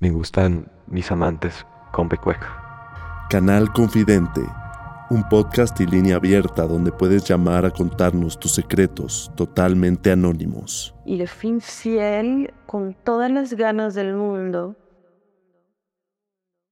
Me gustan mis amantes con pecueca. Canal Confidente, un podcast y línea abierta donde puedes llamar a contarnos tus secretos totalmente anónimos. y le fui infiel con todas las ganas del mundo